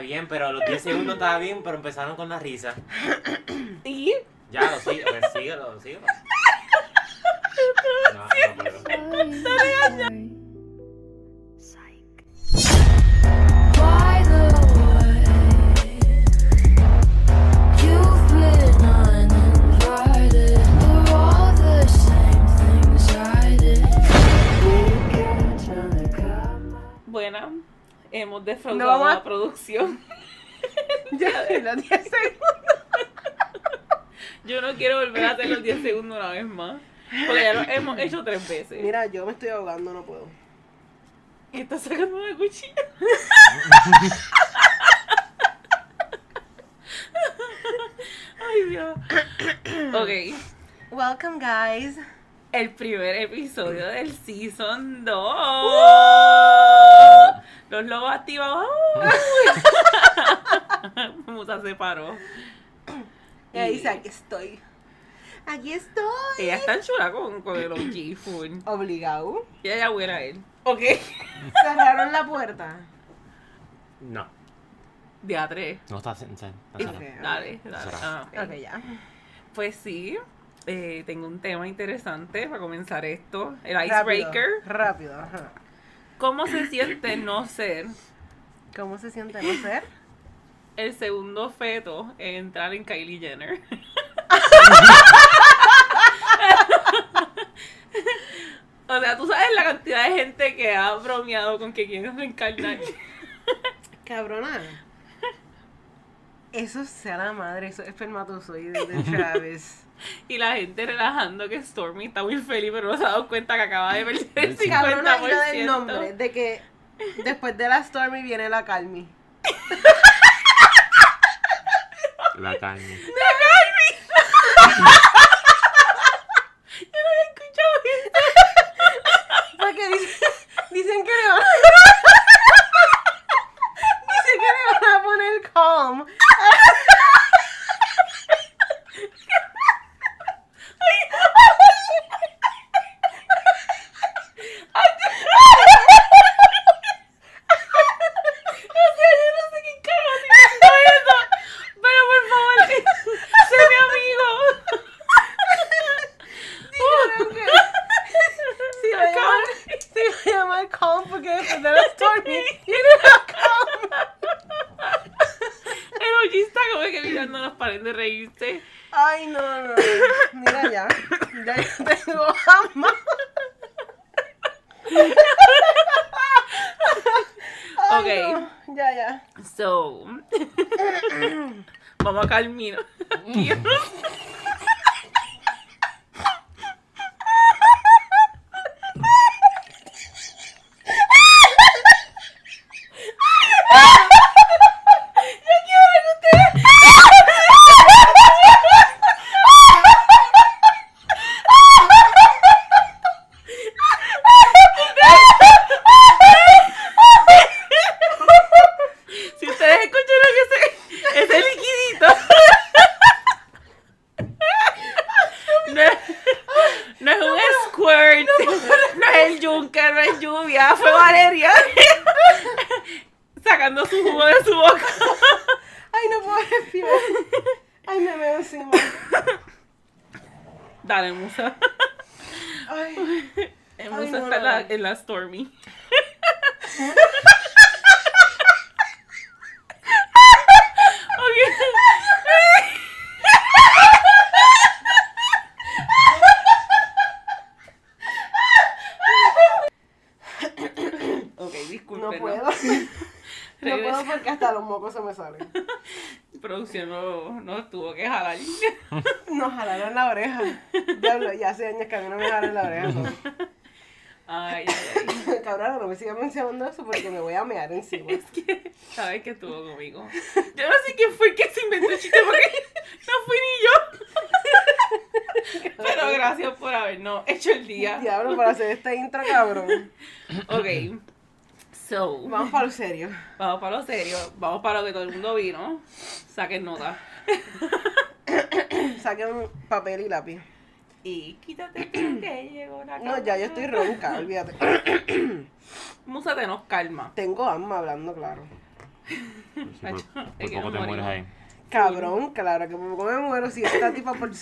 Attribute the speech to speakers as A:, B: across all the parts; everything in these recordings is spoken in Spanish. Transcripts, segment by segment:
A: bien, pero los 10 segundos estaba bien, pero empezaron con la risa.
B: ¿Y?
A: Ya, lo sigo, pues, síguelo, síguelo. No, no puedo.
C: By the way, you've been uninvited. We're all the same things I did. We can't undercover.
B: Bueno, hemos defraudado
D: No vamos a-
B: la producción.
D: Ya, en los 10 segundos.
B: Yo no quiero volver a hacer los 10 segundos una vez más. Porque ya lo hemos hecho tres veces.
D: Mira, yo me estoy ahogando, no puedo.
B: Y está sacando una cuchilla. Ay, Dios. Ok.
D: Welcome, guys.
B: El primer episodio del Season 2.
D: ¡Uh!
B: Los lobos activados. ¡Uh! Musa se paró.
D: Y ahí dice, aquí estoy. Aquí estoy.
B: Ella está en chula con, con el OG full.
D: Obligado.
B: Ella ya huele a él. Ok.
D: Cerraron la puerta.
A: No,
B: De a tres.
A: no está está- está- está
D: Ok.
A: cerrado.
B: Dale, dale. Ah, ok.
D: Ok, ya.
B: Pues sí, eh, tengo un tema interesante para comenzar esto. El
D: Rápido,
B: icebreaker.
D: Rápido, ajá.
B: ¿Cómo se siente no ser
D: ¿Cómo se siente no ser?
B: el segundo feto en entrar en Kylie Jenner? o sea, tú sabes la cantidad de gente que ha bromeado con que quieren reencarnar.
D: Cabrona. Eso sea la madre, eso es espermatozoide de Travis.
B: Y la gente relajando que Stormy está muy feliz, pero no se ha dado cuenta que acaba de perder el 50%.
D: Cabrona, y lo del nombre, de que después de la Stormy viene la Calmi.
A: La carne.
D: Porque dicen, dicen que le van a... Dicen que le van a poner calm.
B: no sé qué carajo estoy haciendo eso. Pero por favor, sé mi amigo.
D: Dijeron que se iba a llamar, se iba a llamar calm porque después de la Stormy viene la calm.
B: El ollista como que mirando las paredes de reírse.
D: Ay, no, no, no. Mira ya. Ya yo tengo hambre. Ay,
B: Ok.
D: no. Ya, ya.
B: So, vamos a Carmino. Dios. Si ustedes escucharon ese, ese liquidito. No es, no es un squirt, no es el yunque, no es lluvia, fue Valeria sacando su jugo de su boca.
D: Ay, no puedo respirar. Ay, me veo encima.
B: Dale, Musa.
D: Ay.
B: Eh,
D: Ay,
B: Musa
D: no,
B: está en
D: no.
B: la, en la Stormy. Ok. Ok,
D: No
B: disculpen.
D: puedo. No puedo porque hasta los mocos se me salen.
B: Producción no, no tuvo que jalar.
D: Nos jalaron la oreja. Diablo, ya hace años que a mí no me jalan la oreja. ¿no?
B: Ay, ay, ay.
D: Cabrón, no me sigas mencionando eso porque me voy a mear encima.
B: Es que, ¿sabes qué estuvo conmigo? Yo no sé quién fue el que se inventó el chiste porque no fui ni yo. Pero gracias por habernos hecho el día.
D: Diablo, para hacer esta intro, cabrón.
B: Ok. So,
D: Vamos para lo serio.
B: vamos para lo serio. Vamos para lo que todo el mundo vino. Saquen nota.
D: Saquen papel y lápiz.
B: Y quítate que llegó la
D: No, ya yo estoy ronca, olvídate.
B: Musa te nos calma.
D: Tengo asma hablando, claro.
A: Sí, por, por
B: Es que
A: poco
B: nos
A: te mueres
B: morimos.
A: ahí.
D: Cabrón, claro, que me, me muero si esta tipa por...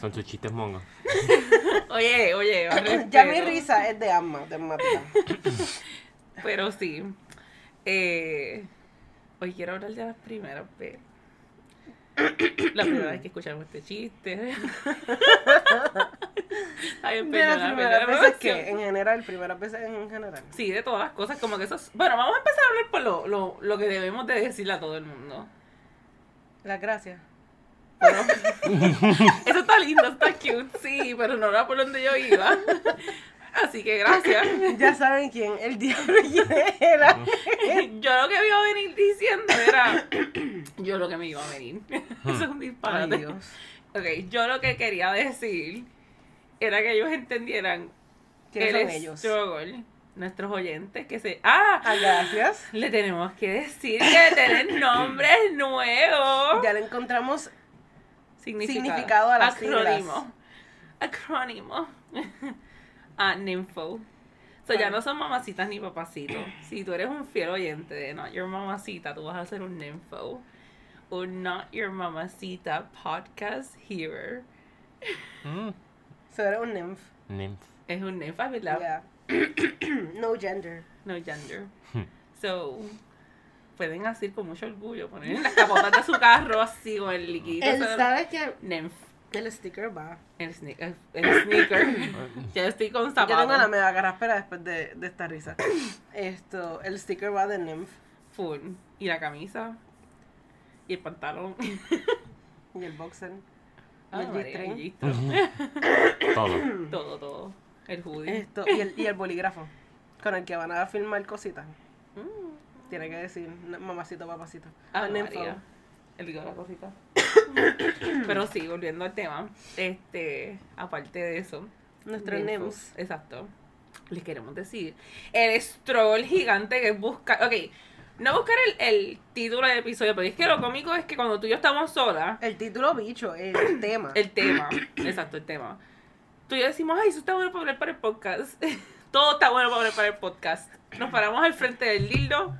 A: Son tus chistes mongos.
B: Oye, oye,
D: Ya
B: respeto.
D: mi risa es de alma, de matita.
B: Pero sí. Eh, hoy quiero hablar de las primeras veces. La primera vez que escuchamos este chiste. Ay,
D: De
B: perdón,
D: las
B: la
D: primeras
B: primera
D: veces que,
B: reacción.
D: en general, primeras veces en general.
B: Sí, de todas las cosas, como que eso es- Bueno, vamos a empezar a hablar por lo, lo, lo que debemos de decirle a todo el mundo.
D: Las gracias.
B: Pero- eso está lindo, está cute, sí, pero no era por donde yo iba. Así que gracias.
D: Ya saben quién, el diablo y era.
B: Yo lo que me iba a venir diciendo era. Yo lo que me iba a venir. Eso es un
D: Ay,
B: disparate.
D: Dios.
B: ok, yo lo que quería decir era que ellos entendieran
D: ¿Quiénes
B: el
D: son ellos?
B: struggle, nuestros oyentes que se. ¡Ah!
D: Ah, gracias.
B: Le tenemos que decir que tienen nombres nuevos.
D: Ya le encontramos
B: significado,
D: significado a las siglas.
B: acrónimo. Acrónimo. ah, ninfo. So, ya
D: Vale.
B: no son mamacitas ni papacitos. Si tú eres un fiel oyente de Not Your Mamacita, tú vas a ser un ninfo. Un Not Your Mamacita podcast hearer. Mm.
D: So era un nymph.
A: Nymph.
B: Es un ninfa, ¿verdad?
D: Yeah. no gender.
B: No gender.
A: Hmm.
B: So, pueden así con mucho orgullo poner en las capotas de su carro así con el liquidito.
D: Él
B: ¿sabes?
D: sabe que
B: Nymph.
D: el sticker va.
B: El, sne- el- el sneaker. ya estoy con
D: Yo
B: zapatos.
D: tengo la mega carraspera después de, de esta risa. Esto, el sticker va de nymph
B: Full. Y la camisa. Y el pantalón.
D: y el boxer.
B: Ah,
D: el
B: María,
D: G-string.
B: el G-string.
A: Todo.
D: Hmm.
B: Todo, todo. El hoodie.
D: Esto, y el, y el bolígrafo con el que van a filmar cositas.
B: Mm.
D: Tiene que decir na- mamacito, papacito.
B: Ah,
D: El nympho.
B: María. El de la cosita. Pero sí, volviendo al tema. Este, aparte de eso.
D: Nuestro
B: de
D: nymphs.
B: infos, Exacto. Les queremos decir. El stroll gigante que busca. Ok. No buscar el, el título del episodio, pero es que lo cómico es que cuando tú y yo estamos solas,
D: El título bicho, el tema.
B: El tema, exacto, el tema. Tú y yo decimos, ay, eso está bueno para hablar para el podcast. Todo está bueno para hablar para el podcast. Nos paramos al frente del dildo.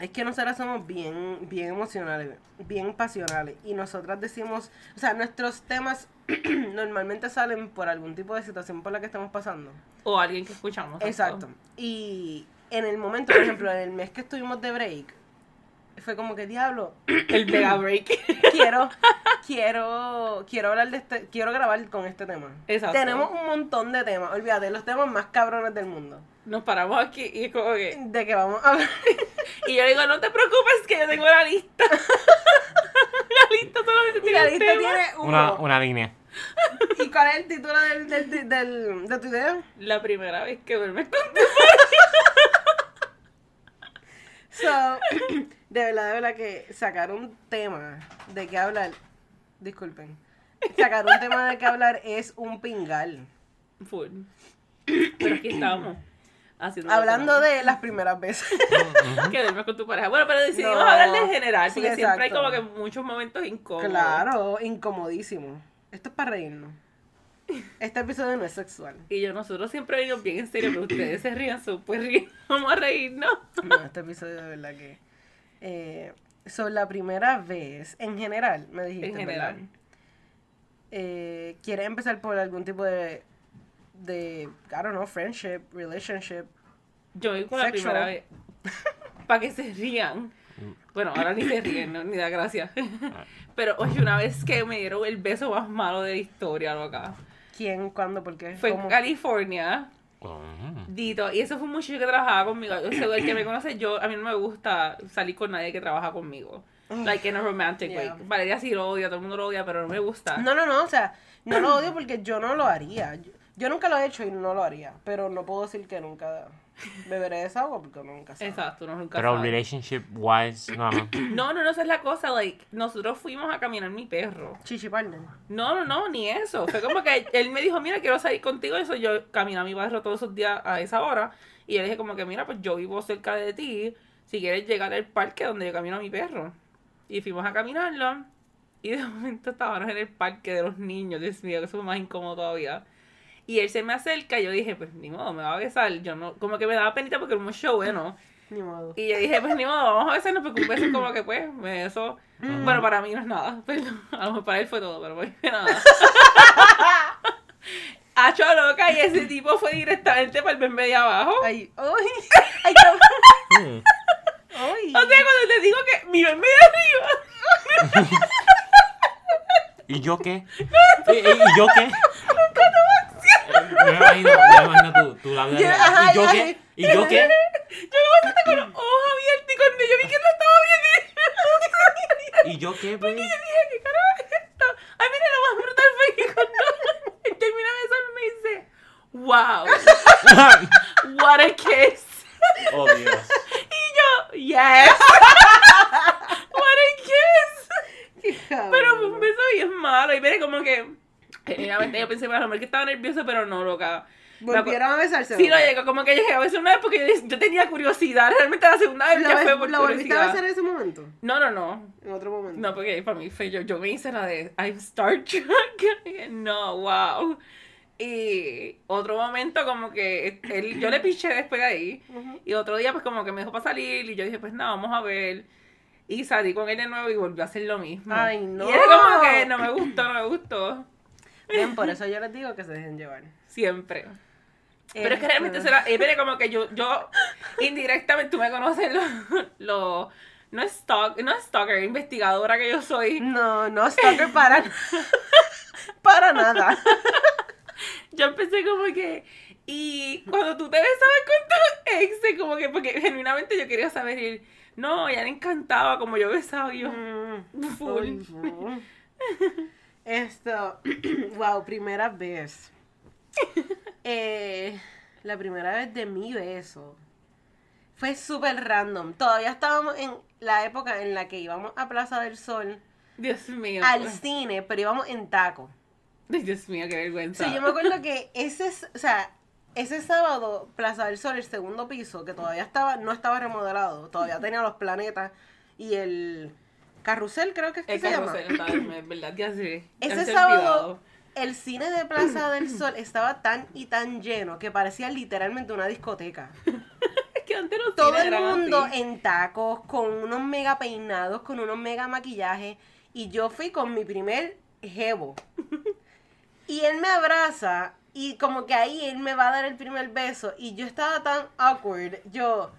D: Es que nosotras somos bien, bien emocionales, bien pasionales. Y nosotras decimos, o sea, nuestros temas normalmente salen por algún tipo de situación por la que estamos pasando.
B: O alguien que escuchamos.
D: Exacto. Y en el momento, por ejemplo, en el mes que estuvimos de break, fue como que diablo,
B: El mega break.
D: quiero, quiero, quiero hablar de este, quiero grabar con este tema.
B: Exacto.
D: Tenemos un montón de temas, olvídate, los temas más cabrones del mundo.
B: Nos paramos aquí y es como que.
D: De que vamos a hablar.
B: Y yo digo, no te preocupes, que yo tengo la lista. la lista solamente
D: Y
B: tiene
D: la
B: el
D: lista
B: tema.
D: tiene uno.
A: Una, una línea.
D: ¿Y cuál es el título del, del, del, del- de tu video?
B: La primera vez que duermes contigo.
D: So, de verdad, de verdad que sacar un tema de qué hablar, disculpen, sacar un tema de qué hablar es un pingal.
B: Full. Pero aquí estamos. haciendo lo que
D: Hablando
B: amamos.
D: de las primeras veces.
B: que duermas con tu pareja. Bueno, pero decidimos
D: No.
B: hablar de general,
D: Sí,
B: porque siempre hay
D: exacto.
B: como que muchos momentos incómodos.
D: Claro, incomodísimo. Esto es para reírnos. Este episodio no es sexual.
B: Y yo, nosotros siempre venimos bien en serio, pero ustedes se rían súper ríen. Vamos a reírnos.
D: No, este episodio de verdad que... Eh, so, la primera vez, en general, me dijiste,
B: En
D: ¿verdad?
B: general.
D: eh, quiere empezar por algún tipo de, de, I don't know, friendship, relationship.
B: Yo voy con
D: Sexual.
B: la primera vez. Para que se rían. Bueno, ahora ni se ríen, no, ni da gracia. Pero oye, una vez que me dieron el beso más malo de la historia, loca.
D: ¿Quién, cuándo, por qué?
B: Fue en
D: cómo?
B: California.
A: Mm.
B: Dito, y eso fue un muchacho que trabajaba conmigo. O sea, el que me conoce, yo, a mí no me gusta salir con nadie que trabaja conmigo. Like in a romantic
D: Yeah.
B: way. Valeria sí lo odia, todo el mundo lo odia, pero no me gusta.
D: No, no, no, o sea, no lo odio porque yo no lo haría. Yo, yo nunca lo he hecho y no lo haría, pero no puedo decir que nunca beberé esa agua porque uno nunca sabe.
B: Exacto, no nunca
A: Pero
B: sabe.
A: relationship wise, no, no.
B: No, no, no, esa es la cosa. Like, nosotros fuimos a caminar mi perro.
D: Chichi partner.
B: No, no, no, ni eso. Fue como que él me dijo, mira, quiero salir contigo. Eso yo caminé a mi barrio todos esos días a esa hora. Y yo le dije como que, mira, pues yo vivo cerca de ti. Si quieres llegar al parque donde yo camino a mi perro. Y fuimos a caminarlo. Y de momento estábamos en el parque de los niños. Dios mío, que eso fue más incómodo todavía. Y él se me acerca y yo dije, pues ni modo, me va a besar. Yo no, como que me daba penita porque era un show bueno.
D: Ni modo.
B: Y yo dije, pues ni modo, vamos a besarnos, porque un beso es como que pues, me- eso, bueno, para mí no es nada, pero a lo mejor para él fue todo, pero para mí fue nada. Hacho loca, y ese tipo fue directamente para el bebé de abajo.
D: Ay, ay, ay, cabrón.
A: Mm.
D: Ay.
B: O sea, cuando te digo que mi bebé de arriba,
A: ¿Y yo qué? Eh, eh, ¿Y yo qué? Me imagino, me imagino tu, tu labio.
D: Ya,
A: arriba.
D: ajá,
A: ¿Y yo
D: ya.
A: qué? ¿Y yo qué?
B: yo lo pasaste con los ojos abiertos y cuando yo vi que no estaba abriendo, yo dije,
A: ¿Y yo qué, pues?
B: yo dije, ¿qué carajo es esto? Ay, mira, lo más brutal fue que cuando él termina de besarme me dice, wow, what a kiss.
A: Oh, Dios.
B: Y yo, yes. What a kiss.
D: Qué cabrón.
B: Pero fue un beso bien malo. Y mire, como que. Generalmente yo pensé, bueno, que estaba nervioso, pero no, loca.
D: Volvieron a besarse.
B: Sí, lo llegó, como que llegué a veces una vez porque yo, yo tenía curiosidad. Realmente la segunda vez ya
D: ¿Lo,
B: fue
D: ves-
B: por
D: lo volviste a
B: curiosidad.
D: besar en ese momento?
B: No, no, no.
D: En otro momento.
B: No, porque para mí fue yo. Yo me hice la de I'm Star Trek. No, wow. Y otro momento, como que él, yo le piché después de ahí.
D: Ujú.
B: Y otro día, pues como que me dejó para salir. Y yo dije, pues nada, vamos a ver. Y salí con él de nuevo y volvió a hacer lo mismo.
D: Ay, no.
B: Y era como que no me gustó, no me gustó.
D: Ven, por eso yo les digo que se dejen llevar.
B: Siempre. Pero es que
D: Este,
B: realmente será. eh, mire, como que yo, yo indirectamente, tú me conoces lo. lo- no es stalk, no es stalker, investigadora que yo soy.
D: No, no, stalker para nada. Para nada.
B: Yo empecé como que. Y cuando tú te besabas con tu ex, eh, como que, porque genuinamente yo quería saber. y él, no, ya le encantaba como yo besaba y yo.
D: Mm,
B: Full.
D: ay, no. Esto, wow, primera vez. Eh, la primera vez de mi beso. Fue súper random. Todavía estábamos en la época en la que íbamos a Plaza del Sol
B: Dios mío. pues,
D: al cine, pero íbamos en taco.
B: Ay, Dios mío, qué
D: Sí,
B: vergüenza.
D: yo me acuerdo que ese, s- o sea, ese sábado, Plaza del Sol, el segundo piso, que todavía estaba, no estaba remodelado, todavía tenía los planetas y el carrusel, creo que es que
B: El
D: se llama.
B: carrusel estaba enorme, es verdad, ya sé. Ya
D: Ese
B: se ha
D: sábado,
B: olvidado.
D: el cine de Plaza del Sol estaba tan y tan lleno que parecía literalmente una discoteca.
B: Es que antes los
D: Todo
B: cines
D: el
B: eran
D: mundo
B: así.
D: en tacos, con unos mega peinados, con unos mega maquillajes. Y yo fui con mi primer jebo. Y él me abraza y como que ahí él me va a dar el primer beso. Y yo estaba tan awkward. Yo,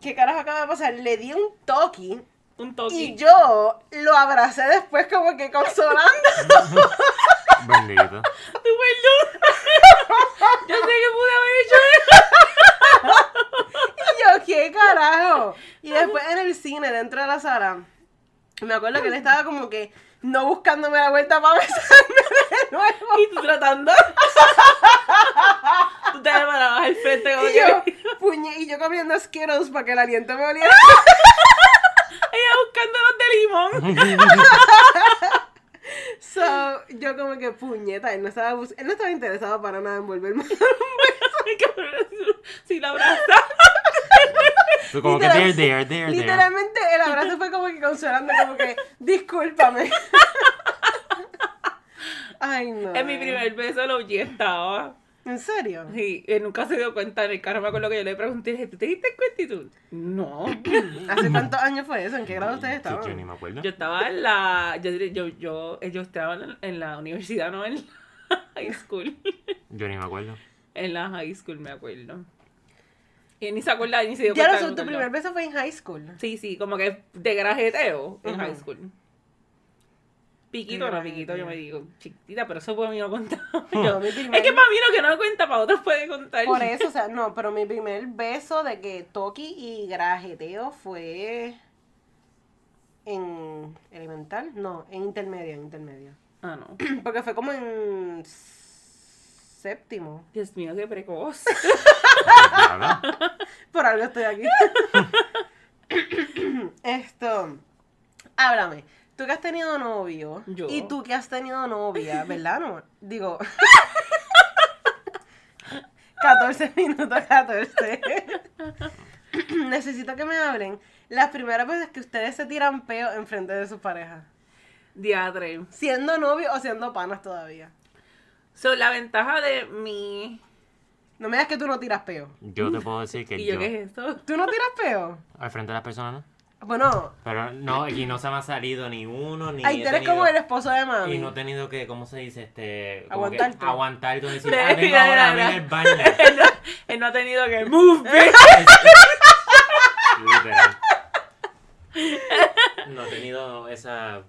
D: ¿qué carajo acaba de pasar? Le di un toque
B: Un toque.
D: y yo lo abracé después como que consolando.
A: Bendito.
B: ¡Tú, perdón! yo sé que pude haber hecho eso.
D: Y yo, ¿qué carajo? Y después en el cine, dentro de la sala, me acuerdo que él estaba como que no buscándome la vuelta para besarme de nuevo.
B: Y tú tratando. tú te parabas al frente como
D: Y
B: que-
D: yo, puñe, y yo comiendo Skittles para que el aliento me oliera.
B: Ella buscando los de limón.
D: So, yo como que, puñeta, él no estaba, bus- él no estaba interesado para nada en volverme.
B: Ay, cabrón, si la abraza.
A: Tú como que there,
D: Literal-
A: there, there, there.
D: Literalmente el abrazo fue como que consolando, como que, discúlpame. Ay, no.
B: En mi primer beso lo oí estaba.
D: ¿En serio?
B: Sí, él nunca se dio cuenta en el carro. Me acuerdo que yo le pregunté, dije, ¿tú te diste cuenta? Y tú, no.
D: ¿Hace cuántos años fue eso? ¿En qué grado ustedes
A: Yo- Yo ni
D: estaban?
A: me acuerdo.
B: Yo estaba en la. Yo, diré- yo, yo, eh, yo estaba en la, en la universidad, no en la high school.
A: Yo ni me acuerdo.
B: En la high school, me acuerdo. Y él ni se acuerda, ni se dio
D: Ya
B: cuenta.
D: lo sé,
B: nunca,
D: tu primer
B: no.
D: beso fue en high school.
B: Sí, sí, como que de grajeteo en
D: Ujú.
B: high school. Piquito
D: De
B: no, piquito, yo
D: grajeteo.
B: me digo, chiquitita, pero eso para mí no contaba.
D: No, mi
B: es
D: primer-
B: que para mí lo que no cuenta, para otros puede contar.
D: Por eso, o sea, no, pero mi primer beso de que toqui y grajeteo fue en elemental, no, en intermedio, en intermedio.
B: Ah, no.
D: Porque fue como en séptimo.
B: Dios mío, qué precoz.
A: Claro.
D: Por algo estoy aquí. Esto, háblame. Tú que has tenido novio
B: Yo.
D: y tú que has tenido novia, ¿verdad? No, digo. 14 minutos, 14. Necesito que me hablen las primeras veces que ustedes se tiran peo enfrente de sus parejas.
B: Diadre.
D: Siendo novio o siendo panas todavía.
B: So, la ventaja de mi
D: No me digas que tú no tiras peo.
A: Yo te puedo decir que
B: ¿Y
A: yo,
B: yo qué es esto?
D: ¿Tú no tiras peo?
A: al frente de las personas, ¿no?
D: Bueno,
A: Pero no, aquí no se me ha salido ni uno, ni
D: ahí
A: he
D: tú eres
A: tenido-
D: como el esposo de mami.
A: Y no he tenido que, ¿cómo se dice? Este, como que
D: Aguantarte.
A: Aguantar con decir,
B: Mira,
A: ah, vengo
B: mira,
A: ahora,
B: mira.
A: ven al baño.
B: él, no, él no ha tenido que move, bitch.
A: Literal. No he tenido esa...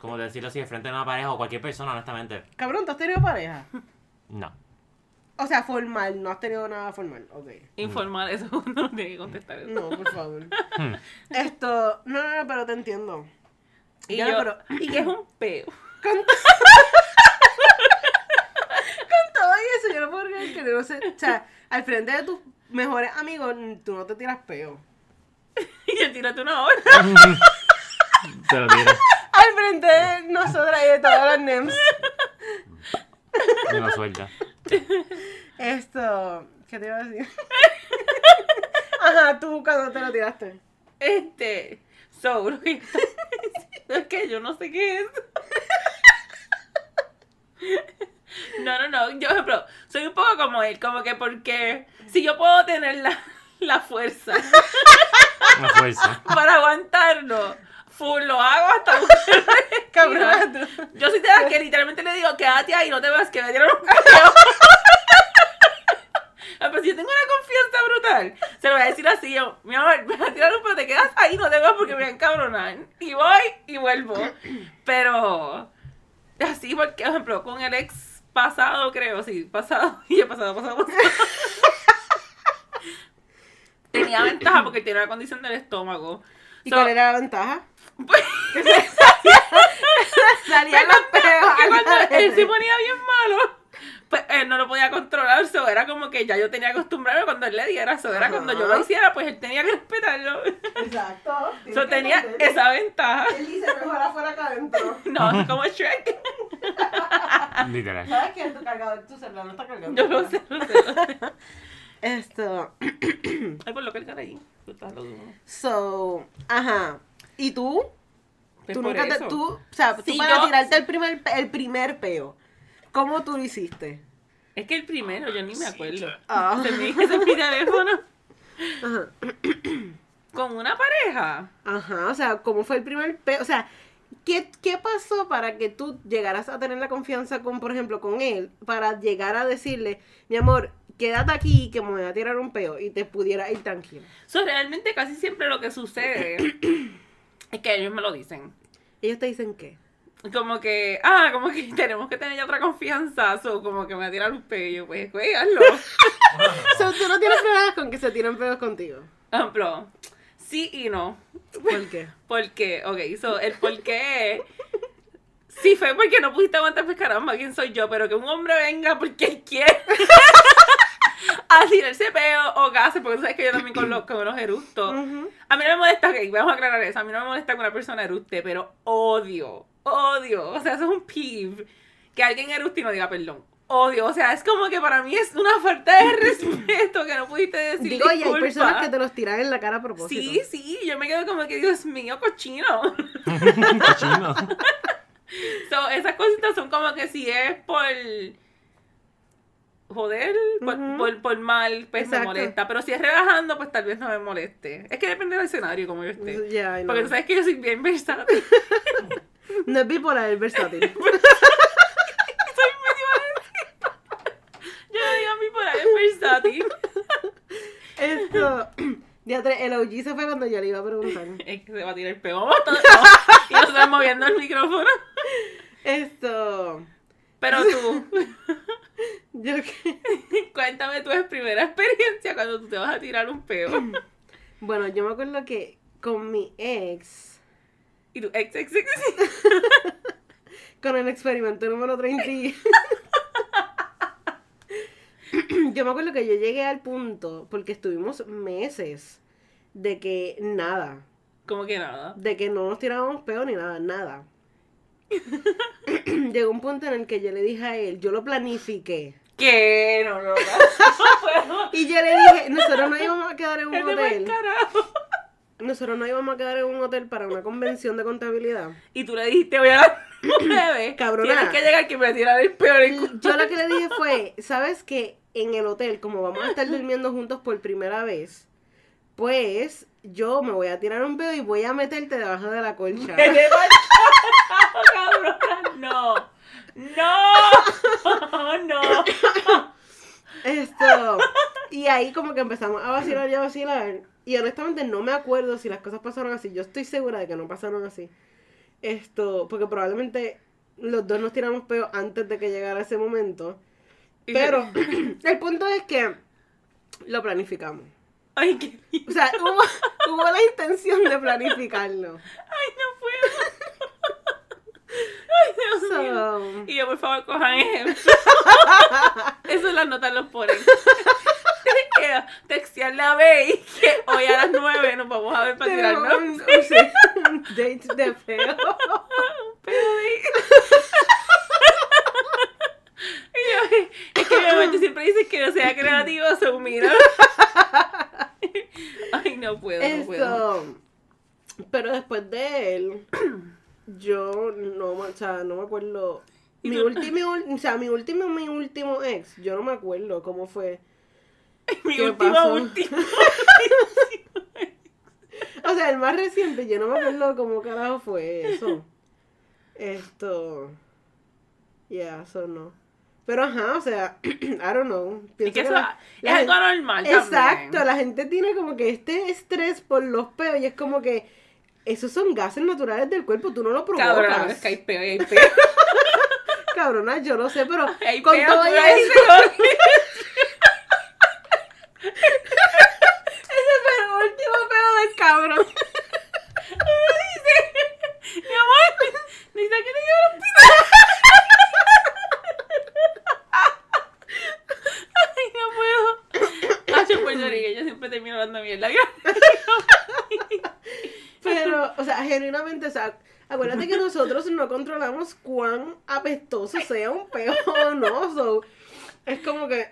A: Como decirlo así, de frente a una pareja o cualquier persona, honestamente.
D: Cabrón, ¿tú has tenido pareja?
A: No.
D: O sea, formal, no has tenido nada formal. Ok.
B: Informal, eso uno no tiene que contestar eso.
D: No, por favor.
A: Hmm.
D: Esto, no, no, no, pero te entiendo.
B: Y
D: Ya,
B: yo,
D: pero-
B: ¿y qué es un peo?
D: Con, Con todo y eso, yo no puedo creer que no sé. O sea, al frente de tus mejores amigos, mm, tú no te tiras peo.
B: Y yo, tírate una hora.
A: Te lo tiro.
D: Al frente de nosotras y de todas las NEMS.
A: Me lo suelta.
D: Esto, ¿qué te iba a decir? Ajá, tú cuando te lo tiraste.
B: Este, so, lo que yo estaba diciendo es que yo no sé qué es. No, no, no, yo pero soy un poco como él, como que porque si yo puedo tener la, la fuerza
A: Una fuerza.
B: para aguantarlo, full lo hago hasta
D: Cabrón, tú.
B: Yo soy de las que literalmente le digo, quédate ahí, no te vas, que me dieron un peo. Ah, Pero si yo tengo una confianza brutal, se lo voy a decir así, yo, mi amor, me vas a tirar un pero te quedas ahí, no te vas porque me voy a encabronar. Y voy y vuelvo. Pero así, porque, por ejemplo, con el ex pasado, creo, sí, pasado, y el pasado, pasado, pasado. tenía ventaja porque tenía una condición del estómago.
D: ¿Y
B: So,
D: cuál era la ventaja?
B: pues,
D: Salían los peos.
B: que
D: al
B: cuando él se
D: garete.
B: ponía bien malo, pues él no lo podía controlar, eso era como que ya yo tenía que acostumbrarme cuando él le diera, eso era
D: Ajá.
B: cuando yo lo hiciera, pues él tenía que respetarlo.
D: Exacto. tienes
B: Eso
D: que
B: tenía
D: entender.
B: esa ventaja.
D: Él dice mejor afuera que adentro.
B: No, es como Shrek.
A: Literal.
D: ¿Sabes que tu cargador, tu celular no está cargando?
B: Yo lo sé, lo sé, lo sé.
D: Esto.
B: Ay, por lo que él gana ahí. Tú estás loco.
D: So, ajá. ¿Y tú?
B: Pues
D: tú
B: por
D: nunca
B: eso.
D: te. Tú, o sea, tú
B: Sí,
D: para
B: yo-
D: tirarte el primer, pe- el primer peo. ¿Cómo tú lo hiciste?
B: Es que el primero, yo ni me acuerdo.
D: Ah.
B: Se me ese mi teléfono
D: Ajá.
B: con una pareja.
D: Ajá. O sea, ¿cómo fue el primer peo? O sea, ¿qué, ¿qué pasó para que tú llegaras a tener la confianza con, por ejemplo, con él? Para llegar a decirle, mi amor, quédate aquí que me voy a tirar un peo y te pudiera ir tranquilo.
B: So, realmente casi siempre lo que sucede es que ellos me lo dicen.
D: Ellos te dicen qué.
B: como que, ah, como que tenemos que tener ya otra confianza, so, como que me va a tirar un pello, pues, güey, hazlo.
D: So, tú no tienes problemas con que se tiren pedos contigo.
B: Por ejemplo, sí y no,
D: ¿Por qué?
B: porque, ok, so, el por qué, sí fue porque no pudiste aguantar, pues, caramba, ¿quién soy yo? Pero que un hombre venga porque él quiere a tirarse peo o gases, porque tú sabes que yo también con los, con los eructos,
D: Ujú.
B: A mí no me molesta, ok, vamos a aclarar eso. A mí no me molesta que una persona eructe, pero odio, odio. O sea, eso es un peeve. Que alguien eructe y no diga perdón. Odio, o sea, es como que para mí es una falta de respeto que no pudiste decir
D: Digo, y hay
B: disculpa.
D: personas que te los tiran en la cara a propósito.
B: Sí, sí, yo me quedo como que Dios mío, cochino.
A: Cochino.
B: So, esas cositas son como que si es por joder, por,
D: Ujú.
B: por, por mal, pues
D: Exacto.
B: me molesta. Pero si es relajando, pues tal vez no me moleste. Es que depende del escenario y cómo yo esté.
D: Ya, ay, no.
B: Porque tú sabes que yo soy bien versátil.
D: No es bipolar, es versátil.
B: Yo le digo a mi por ahí es versátil.
D: Esto. Ya tres, el OG se fue cuando yo le iba a preguntar.
B: Es que se va a tirar el peo. Vamos todos- vamos. Y nosotros moviendo el micrófono.
D: Esto.
B: Pero tú,
D: Yo que-
B: cuéntame tu primera experiencia cuando tú te vas a tirar un peo.
D: Bueno, yo me acuerdo que con mi ex,
B: Y tú, ex, ex, ex, ex.
D: con el experimento número 30. y- yo me acuerdo que yo llegué al punto, porque estuvimos meses de que nada.
B: Como que nada.
D: de que no nos tirábamos peo ni nada, nada. Llegó un punto en el que yo le dije a él, yo lo planifiqué.
B: ¿Qué? No, no, no. No puedo.
D: Y yo le dije, nosotros no íbamos a quedar en
B: Es
D: un
B: de buen
D: hotel.
B: carajo.
D: Nosotros no íbamos a quedar en un hotel para una convención de contabilidad.
B: Y tú le dijiste, voy a... nueve,
D: Cabrona.
B: tienes que llegar que me tirar el peor el cu-
D: Yo lo que le dije fue, ¿sabes qué? En el hotel, como vamos a estar durmiendo juntos por primera vez, pues yo me voy a tirar un pedo y voy a meterte debajo de la colcha.
B: Me llevo al chavo, cabrona, no. No, no.
D: Esto. Y ahí como que empezamos a vacilar y a vacilar. Y honestamente no me acuerdo si las cosas pasaron así. Yo estoy segura de que no pasaron así. Esto, porque probablemente los dos nos tiramos peos antes de que llegara ese momento.
B: Y-
D: Pero el punto es que lo planificamos.
B: Ay, qué
D: O sea, hubo, hubo la intención de planificarlo.
B: Ay, no puedo. Ay, Dios mío.
D: So,
B: Y yo, por favor, cojan ejemplo. Eso las notas los ponen. Era Textear la B y que hoy a las 9 nos vamos a ver para
D: tenemos
B: tirarnos
D: un, o sea, un date de feo.
B: un pedo ahí. Y yo, es que mi mamá siempre dice que no sea creativo, según mira. Ay, no puedo, no puedo.
D: Esto. Pero después de él, yo no, me- o sea, no me acuerdo.
B: ¿Y
D: Mi
B: tú?
D: último, o sea, mi último, mi último ex, yo no me acuerdo cómo fue.
B: Mi
D: ¿qué
B: última,
D: pasó?
B: última.
D: O sea, el más reciente, yo no me acuerdo cómo carajo fue eso. Esto. Ya, eso no. Pero ajá, o sea, I don't know.
B: Es
D: Pienso
B: que
D: que
B: eso
D: la-
B: es
D: la
B: algo
D: gen-
B: normal también.
D: Exacto, la gente tiene como que este estrés por los peos y es como que esos son gases naturales del cuerpo, tú no lo provocas.
B: Cabrón, es que hay peo y hay peo.
D: Cabrona, yo lo sé, pero
B: Hay
D: con
B: peo,
D: todo
B: tú
D: y
B: eres
D: eso,
B: peo.
D: ese fue el último peo del cabrón.
B: Mi amor, necesita que te lleve al hospital. Ay, no puedo. Ah, yo puertorriqueña siempre termino hablando mierda.
D: Pero, o sea, genuinamente, o sea, acuérdate que nosotros no controlamos cuán apestoso sea un peo o no. so, es como que,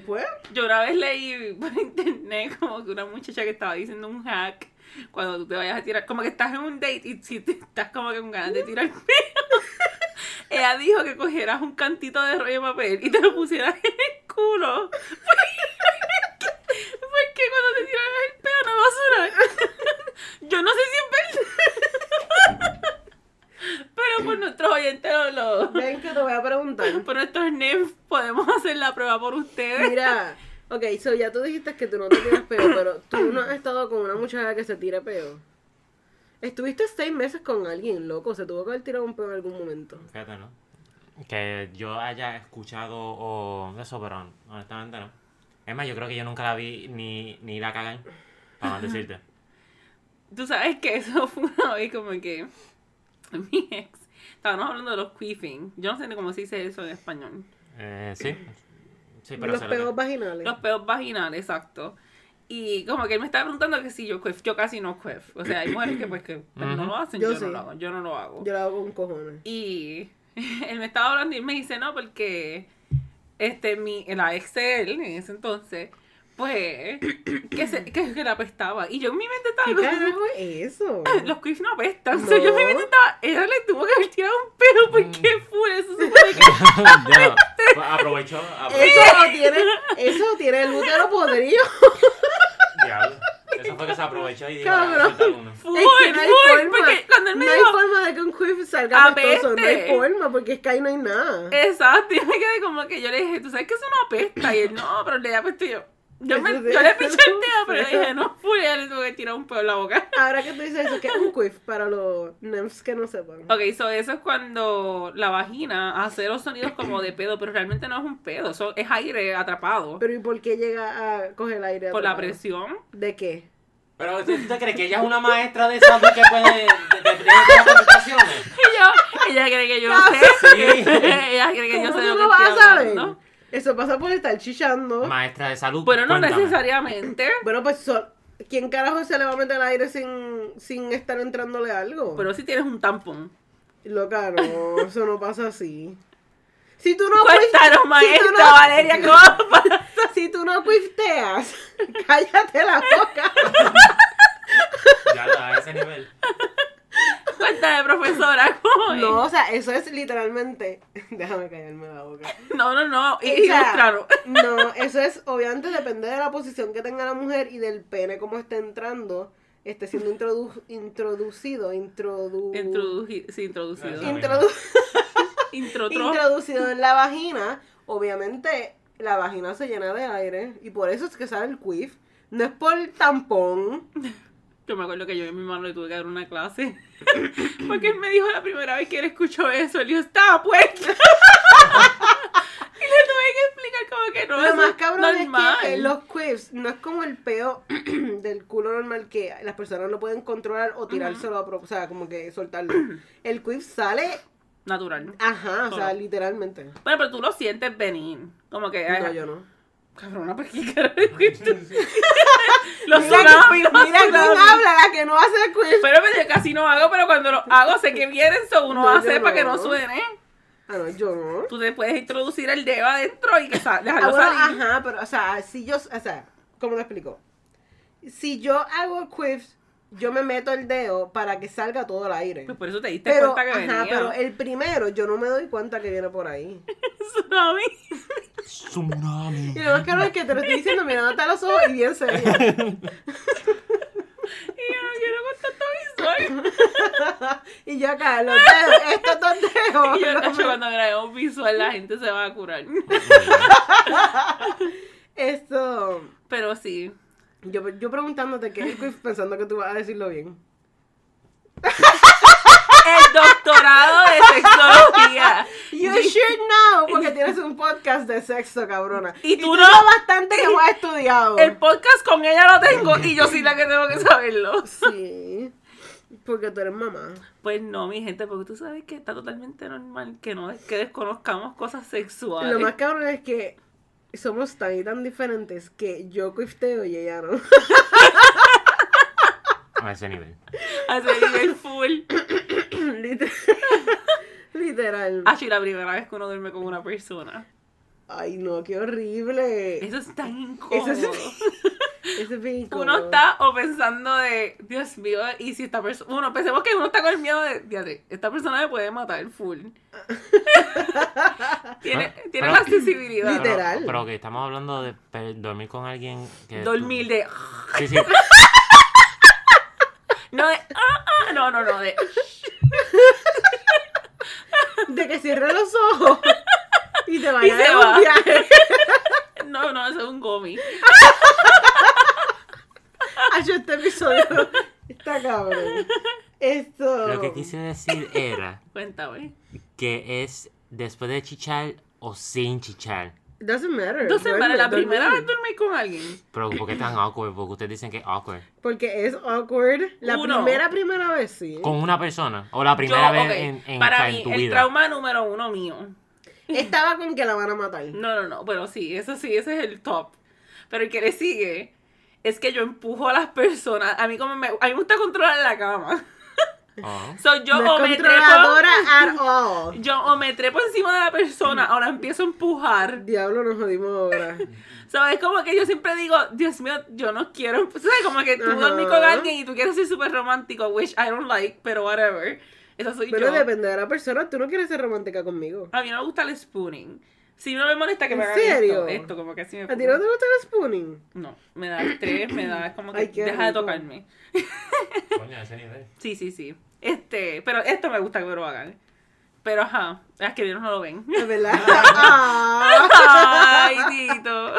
D: pues,
B: Yo una vez leí por internet como que una muchacha que estaba diciendo un hack cuando tú te vayas a tirar, como que estás en un date y si te estás como que con ganas de tirar pelo. Ella dijo que cogieras un cantito de rollo de papel y te lo pusieras en el culo. Porque cuando te tiras el pelo no va a sonar. Yo no sé si es verdad. Pero por nuestros oyentes o los,
D: ven que te voy a preguntar.
B: por nuestros nerds podemos hacer la prueba por ustedes.
D: Mira, ok, so ya tú dijiste que tú no te tiras peo, pero tú no has estado con una muchacha que se tira peo. Estuviste seis meses con alguien, loco, se tuvo que haber tirado un peo en algún momento.
A: Fíjate, ¿no? Que yo haya escuchado o eso, pero honestamente no. Es más, yo creo que yo nunca la vi ni, ni la cagan. Para decirte.
B: Tú sabes que eso fue una vez como que mi ex, estábamos hablando de los quiffing. Yo no sé ni cómo se dice eso en español.
A: Eh, sí. Sí, pero
D: Los
A: sé lo que-
D: peos vaginales.
B: Los peos vaginales, exacto. Y como que él me estaba preguntando que si yo quiff, yo casi no quiff. O sea, hay mujeres que pues que pues, no lo hacen, yo,
D: Yo
B: no
D: sí.
B: lo hago, yo no lo hago.
D: Yo la hago con cojones.
B: Y él me estaba hablando y él me dice, no, porque este, mi, la ex de él en ese entonces, pues, que, se, que, que la apestaba. Y yo en mi mente estaba
D: ¿Qué
B: como-
D: carajo es eso?
B: Los quiffs no apestan.
D: No. Mm.
B: So, yo me metí estaba. Ella le tuvo que haber tirado un pelo porque fue eso. Se supone que
A: Ya, pues, aprovechó. aprovechó.
D: Eso tiene, eso tiene el útero podrido.
A: Diablo. Eso fue que se aprovechó y dijo,
D: Cabrón.
A: "Ah, suelta uno".
B: fue.
D: Es que no hay
B: fue,
D: forma.
B: Porque cuando él me
D: No hay
B: dijo.
D: forma de que un quiff salga apestoso. No hay
B: Apeste.
D: forma, porque es que ahí no hay nada.
B: Eh, Exacto. Y me quedé como que yo le dije, ¿tú sabes que eso no apesta? Y él, no, pero le apestó y yo. Yo, me,
D: Eso sí.
B: yo le piché el tema, pero le dije, no, fue. Ella le tuvo que tirar un pelo en la boca.
D: Ahora que tú dices eso, ¿qué es un quiff para los nymphs que no sepan?
B: Ok, so eso es cuando la vagina hace los sonidos como de pedo, pero realmente no es un pedo. Eso es aire atrapado
D: Pero ¿y por qué llega a coger aire?
B: por la
D: atrapado?
B: presión.
D: ¿De qué?
A: Pero ¿tú te crees que ella es una maestra de salud que puede de, de, de- de las comunicaciones?
B: Y yo, ella cree que yo no sé.
A: Sí.
B: ella cree que yo
D: ¿Cómo tú
B: sé de lo que
D: no vas a
B: estoy
D: saber?
B: hablando.
D: Eso pasa por estar chichando.
A: Maestra de salud.
B: Bueno, no
A: cuéntame.
B: necesariamente,
D: Bueno, pues, so- ¿quién carajo se le va a meter aire sin, sin estar entrándole algo?
B: pero si tienes un tampón.
D: Loca, no, eso no pasa así. Si tú no
B: Cuéntanos,
D: quif- si tú
B: maestra
D: pues, no-
B: Valeria, ¿cómo pasa?
D: Si tú no cuifteas, cállate la boca.
A: Ya, a ese nivel.
B: falta de profesora. ¿cómo es?
D: No, o sea, eso es literalmente. Déjame callarme la boca.
B: no, no, no.
D: O
B: Y,
D: sea,
B: claro.
D: No, eso es obviamente depende de la posición que tenga la mujer y del pene como esté entrando, esté siendo introdu- introducido, introdu-
B: sí, introducido.
A: Eso.
D: introdu-
B: Introtro.
D: introducido en la vagina. Obviamente la vagina se llena de aire y por eso es que sale el quiff. No es por tampón.
B: Yo me acuerdo que yo y mi hermano le tuve que dar una clase. Porque él me dijo la primera vez que él escuchó eso. Él dijo, estaba puesta. y le tuve que explicar como que no
D: Lo
B: eso
D: más cabrón
B: normal.
D: es que los quiffs no es como el peo del culo normal que las personas lo pueden controlar o tirárselo a pro- o sea, como que soltarlo. El quiff sale
B: Natural.
D: Ajá, o sea,
B: Solo.
D: literalmente.
B: Bueno, pero tú lo sientes venir. Como que. eh,
D: No,
B: ay,
D: yo no.
B: Cabrona, ¿por qué carajo dijiste? Lo
D: Mira,
B: sonaba.
D: mira quién habla, la que no hace quiz.
B: Pero pero yo casi no hago, pero cuando lo hago sé que vienen, so
D: No,
B: uno
D: yo
B: hace para que no
D: no.
B: suene.
D: Ah, no, yo no.
B: Tú te puedes introducir el dedo adentro y que sa-
D: Ah,
B: dejarlo
D: bueno,
B: salir.
D: ajá, pero, o sea, si yo, o sea, ¿cómo te explico? Si yo hago quiz, yo me meto el dedo para que salga todo el aire.
B: Pues por eso te diste
D: Pero,
B: cuenta que
D: ajá,
B: venía.
D: pero el primero, yo no me doy cuenta que viene por ahí.
B: Tsunami.
A: Tsunami.
D: Y lo más caro es que te lo estoy diciendo mirándote a los ojos y bien serio.
B: Y yo no quiero contacto visual.
D: y yo acá, los dedos, estos dos dedos.
B: Y yo
D: los
B: cacho,
D: me-
B: cuando grabemos visual la gente se va a curar.
D: Esto,
B: Pero sí.
D: yo, yo preguntándote qué es el quiz pensando que tú vas a decirlo bien.
B: El doctorado de sexología.
D: You should know, porque tienes un podcast de sexo, cabrona.
B: Y tú
D: tú
B: no.
D: sabes bastante que lo has estudiado.
B: El podcast con ella lo tengo y yo sí la que tengo que saberlo.
D: Sí, porque tú eres mamá.
B: Pues no, mi gente, porque tú sabes que está totalmente normal que no que desconozcamos cosas sexuales.
D: Lo más cabrón es que somos tan y tan diferentes que yo cuifteo y ella no.
A: A ese nivel.
B: Así nivel full.
D: Liter- Literal.
B: Así Ah, la primera vez que uno duerme con una persona.
D: Ay, no, qué horrible.
B: Eso es tan incómodo.
D: Eso es- Ese es bien incómodo.
B: Uno está o pensando de, Dios mío, y si esta persona, uno, pensemos que uno está con el miedo de, fíjate, esta persona me puede matar full. tiene
A: Ah,
B: tiene
A: pero-
B: la accesibilidad.
D: Literal.
A: Pero, pero que estamos hablando de pe- dormir con alguien que...
B: Dormir de,
A: Sí, sí.
B: no de, ah, ah, no, no, no, de,
D: De que cierre los ojos y te
B: Y
D: vaya
B: se
D: de
B: va.
D: un viaje.
B: no, no, eso es un gomi.
D: Ay, yo este episodio está cabrón. Esto.
A: Lo que quise decir era
B: Cuéntame.
A: que es después de chichar o sin chichar.
D: Doesn't matter.
B: Entonces, para
D: Duerme,
B: la
D: duerme.
B: primera vez dormir con alguien.
A: Pero ¿por qué tan awkward? Porque ustedes dicen que es awkward.
D: Porque es awkward. La
B: Uno.
D: primera, primera vez sí.
A: Con una persona. O la primera
B: Yo,
A: vez
B: ok,
A: en, en-
B: para
A: en
B: mí,
A: tu
B: el
A: vida.
B: trauma número uno mío.
D: Estaba con que la van a matar.
B: No, no, no, pero sí, eso sí, ese es el top. Pero el que le sigue es que yo empujo a las personas. A mí como me, a mí me gusta controlar la cama.
A: Oh.
B: So, yo
D: no
B: o
D: es
B: me
D: controladora
B: trepo,
D: at all.
B: yo o me trepo encima de la
A: Mm.
B: persona o la empiezo a empujar.
D: Diablo, nos jodimos ahora.
B: So, es como que yo siempre digo, Dios mío, yo no quiero. emp-". ¿Sabes? Como que tú
D: Ajá.
B: dormís con alguien y tú quieres ser súper romántico, which I don't like, pero whatever. Eso soy
D: Pero
B: yo.
D: depende de la persona. Tú no quieres ser romántica conmigo.
B: A mí no me gusta el spooning. Si no me molesta que me
D: ¿En
B: hagan esto,
D: serio?
B: esto, como que así me
D: ¿A ti no te gusta el spooning?
B: No, me da estrés, me da, es como que
D: Ay, qué
B: deja de
D: rico.
B: tocarme.
A: Coño, a ese nivel.
B: Sí, sí, sí. Este, pero esto me gusta que me lo hagan. Pero ajá, las que vieron no lo ven.
D: ¿De verdad? Ah.
B: Ay, Tito.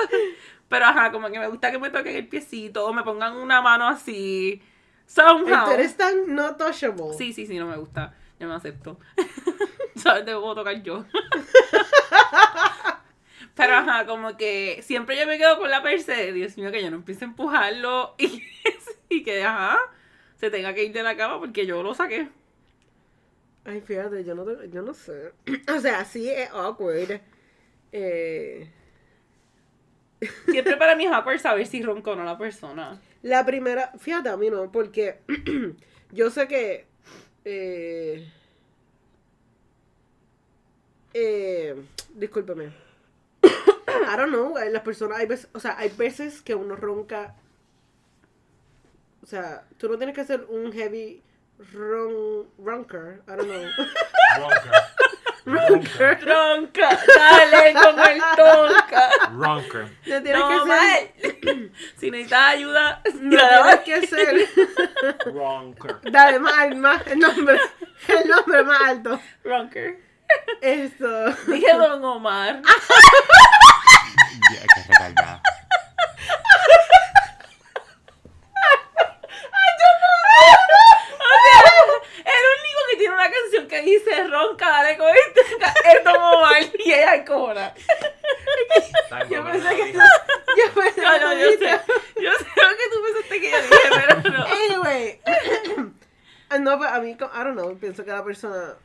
B: Pero ajá, como que me gusta que me toquen el piecito o me pongan una mano así. Somehow.
D: Tú eres tan no touchable.
B: Sí, sí, sí, no me gusta. Yo me acepto. ¿Sabes? Te puedo tocar yo. Pero ajá, como que siempre yo me quedo con la perse de Dios mío, que yo no empiece a empujarlo y, y que ajá, se tenga que ir de la cama porque yo lo saqué.
D: Ay, fíjate, yo no, te- yo no sé. O sea, sí es awkward. Eh,
B: Siempre para mí es awkward saber si ronco o no la persona.
D: la primera, fíjate a mí no, porque yo sé que eh, eh, discúlpame. I don't know, eh, las personas hay veces, o sea, hay veces que uno ronca. O sea, tú no tienes que hacer un heavy Ron, Ronker, I don't know.
A: Ronker.
D: Ronker.
B: Tronca, dale con el tronca.
A: Ronker.
D: Te tienes
B: No,
D: que ser.
B: mal. Si necesitas ayuda,
D: No tienes que ser.
A: Ronker.
D: Dale, más, más, el nombre. El nombre más alto.
B: Ronker.
D: Esto.
B: Dije Don Omar.
A: Ya, qué retardada.
B: O sea, el único que tiene una canción que dice ronca, dale con este, es Don Omar y ella es cobra.
A: Tan
D: Yo
A: mamá,
D: pensé que
A: hija.
D: tú. Yo pensé
B: Ah, No, no,
D: que
B: yo
D: tú
B: sé.
D: dijiste-
B: Yo sé lo que tú pensaste que yo dije, pero no.
D: Anyway. Ah, No, pero a mí, co- I don't know, pienso que la persona.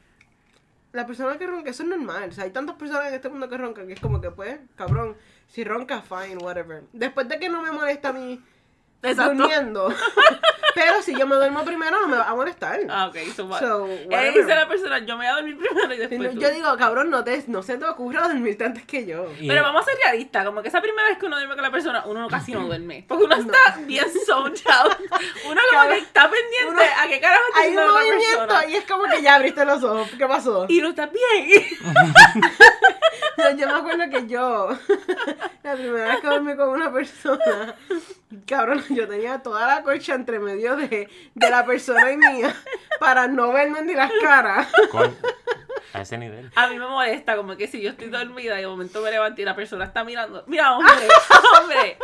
D: La persona que ronca, eso es normal. O sea, hay tantas personas en este mundo que roncan que es como que, pues, cabrón, si ronca, fine, whatever. Después de que no me molesta a mí
B: Exacto.
D: durmiendo. pero si yo me duermo primero, no me va a molestar.
B: Ah, ok, so what?
D: So,
B: Ella
D: whatever.
B: dice a la persona, yo me voy a dormir primero y
D: Si no-
B: después pues tú.
D: yo digo, cabrón, no, te, no se te ocurra dormirte antes que yo.
A: Y-
B: Pero vamos a ser realistas, como que esa primera vez que uno duerme con la persona, uno casi no duerme. Porque uno está bien zoned out. Uno como que está pendiente
D: Uno-
B: a qué carajo está
D: Hay un
B: haciendo la otra
D: movimiento
B: persona.
D: y es como que ya abriste los ojos. ¿Qué pasó?
B: Y no estás bien.
D: No, yo me acuerdo que yo, la primera vez que dormí con una persona, cabrón, yo tenía toda la colcha entre medio de, de la persona y mía para no verme ni las caras.
A: Con- A ese nivel.
B: A mí me molesta, como que si yo estoy dormida y de momento me levanto y la persona está mirando. Mira, hombre, hombre,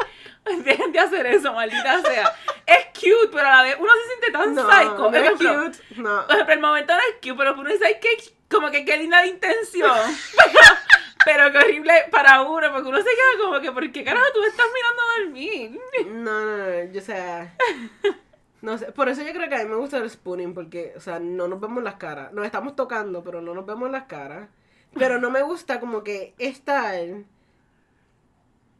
B: dejen de hacer eso, maldita sea. Es cute, pero a la vez uno se siente tan psycho.
D: no
B: Por
D: es
B: ejemplo,
D: cute. No.
B: por ejemplo, el momento no es cute, pero uno dice, ay, qué- como que qué linda la intención. Pero, pero qué horrible para uno, porque uno se queda como que, ¿por qué carajo tú me estás mirando dormir?
D: No, no, no, yo, o sea, no sé, por eso yo creo que a mí me gusta el spooning, porque, o sea, no nos vemos las caras, nos estamos tocando, pero no nos vemos las caras, pero no me gusta como que estar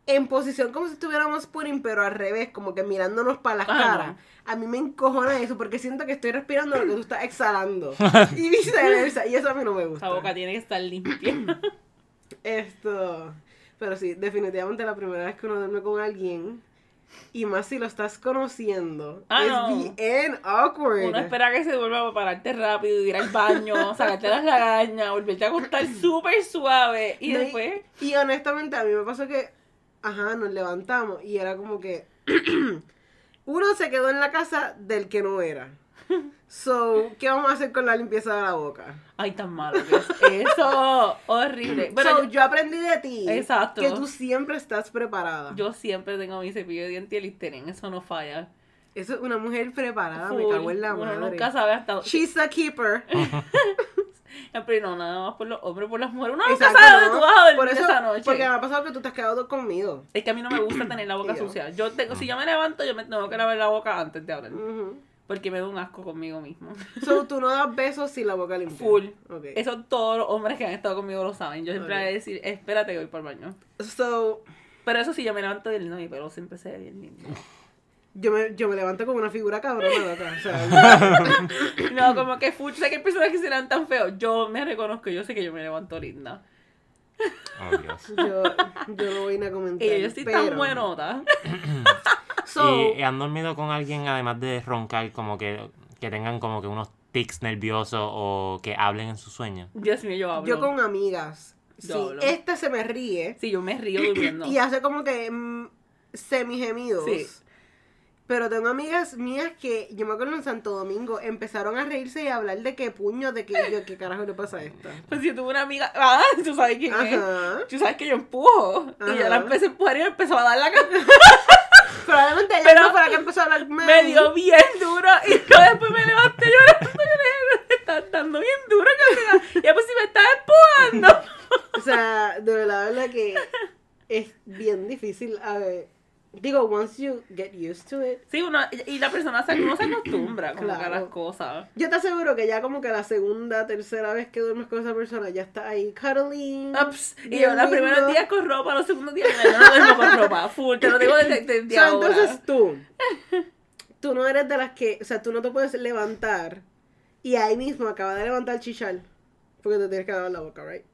D: en posición como si estuviéramos spooning, pero al revés, como que mirándonos para las
B: Ah, no.
D: caras, a mí me encojona eso, porque siento que estoy respirando lo que tú estás exhalando, y viceversa, y eso a mí no me
B: Esa
D: gusta,
B: boca tiene que estar limpia.
D: esto. Pero sí, definitivamente la primera vez que uno duerme con alguien, y más si lo estás conociendo,
B: Ah,
D: es
B: no.
D: bien awkward.
B: Uno espera que se vuelva a pararte rápido, ir al baño, sacarte las lagañas, volverte a acostar súper suave y
D: No,
B: después...
D: Y honestamente, a mí me pasó que, ajá, nos levantamos y era como que uno se quedó en la casa del que no era. So, ¿qué vamos a hacer con la limpieza de la boca?
B: Ay, tan malo que es eso. Horrible. Bueno,
D: So,
B: yo,
D: yo aprendí de ti
B: Exacto.
D: que tú siempre estás preparada.
B: yo siempre tengo mi cepillo de dientes y Listerine, eso no falla.
D: Eso es una mujer preparada, me
B: Full.
D: cago en la
B: Uno
D: madre.
B: nunca sabe hasta...
D: She's a keeper.
B: Pero no, nada más por los hombres, por las mujeres. Uno nunca
D: Exacto,
B: sabe dónde
D: ¿no?
B: tú vas a dormir
D: Por eso-
B: esa noche.
D: Porque me ha pasado que tú te has quedado conmigo.
B: Es que a mí no me gusta tener la boca
D: Y yo.
B: sucia. Yo tengo, si yo me levanto, yo me tengo que lavar la boca antes de hablar.
D: Ujú.
B: Porque me da un asco conmigo mismo.
D: So, tú no das besos sin la boca limpia.
B: Full.
D: Ok.
B: Eso todos los hombres que han estado conmigo lo saben. Yo siempre
D: Ok.
B: voy a decir, espérate que voy para el baño.
D: So,
B: Pero eso sí, yo me levanto del no, mi pelo siempre se ve bien lindo.
D: yo me, yo me levanto como una figura cabrona loca, o sea,
B: No, como que full, sé que hay personas que se levantan tan feos. Yo me reconozco, yo sé que yo me levanto linda.
A: Oh, Dios.
D: yo, yo no voy ni a comentar.
B: Y yo sí tan
D: pero-
B: buenota.
D: So,
A: ¿Y, eh, y han dormido con alguien, además de roncar, como que, que tengan como que unos tics nerviosos o que hablen en su sueño?
B: Dios mío, yo hablo.
D: yo con amigas, si
B: Yo hablo.
D: esta se me ríe
B: Sí, yo me río durmiendo.
D: y hace como que semi gemidos.
B: Sí.
D: Pero tengo amigas mías que, yo me acuerdo en Santo Domingo, empezaron a reírse y a hablar de qué puño, de qué, yo, qué carajo le pasa a esta.
B: Pues yo tuve una amiga, ah, tú sabes quién es.
D: Ajá.
B: Tú sabes que yo empujo. Y yo
D: Ajá.
B: la empecé a empujar y me empezó a dar la cara.
D: Probablemente ella
B: Pero-
D: no fuera que empezó a hablar mal.
B: Me dio bien duro. Y yo después me levanté llorando. Yo le dije, me estás dando bien duro, Camila. Y después si me estás empujando.
D: O sea, de verdad, de verdad que es bien difícil. A ver, digo, once you get used to it.
B: Sí, uno, y la persona se, uno se acostumbra como que a las
D: Claro.
B: cosas.
D: Yo te aseguro que ya como que la segunda, tercera vez que duermes con esa persona, ya está ahí cuddling.
B: Ups, y
D: bien
B: yo los
D: lindo.
B: primeros días con ropa, los segundos días yo no duermo con ropa, full, te lo digo desde, desde
D: O sea,
B: ahora.
D: entonces tú, tú no eres de las que, o sea, tú no te puedes levantar y ahí mismo acaba de levantar chichar. Porque te tienes que lavar la boca, right?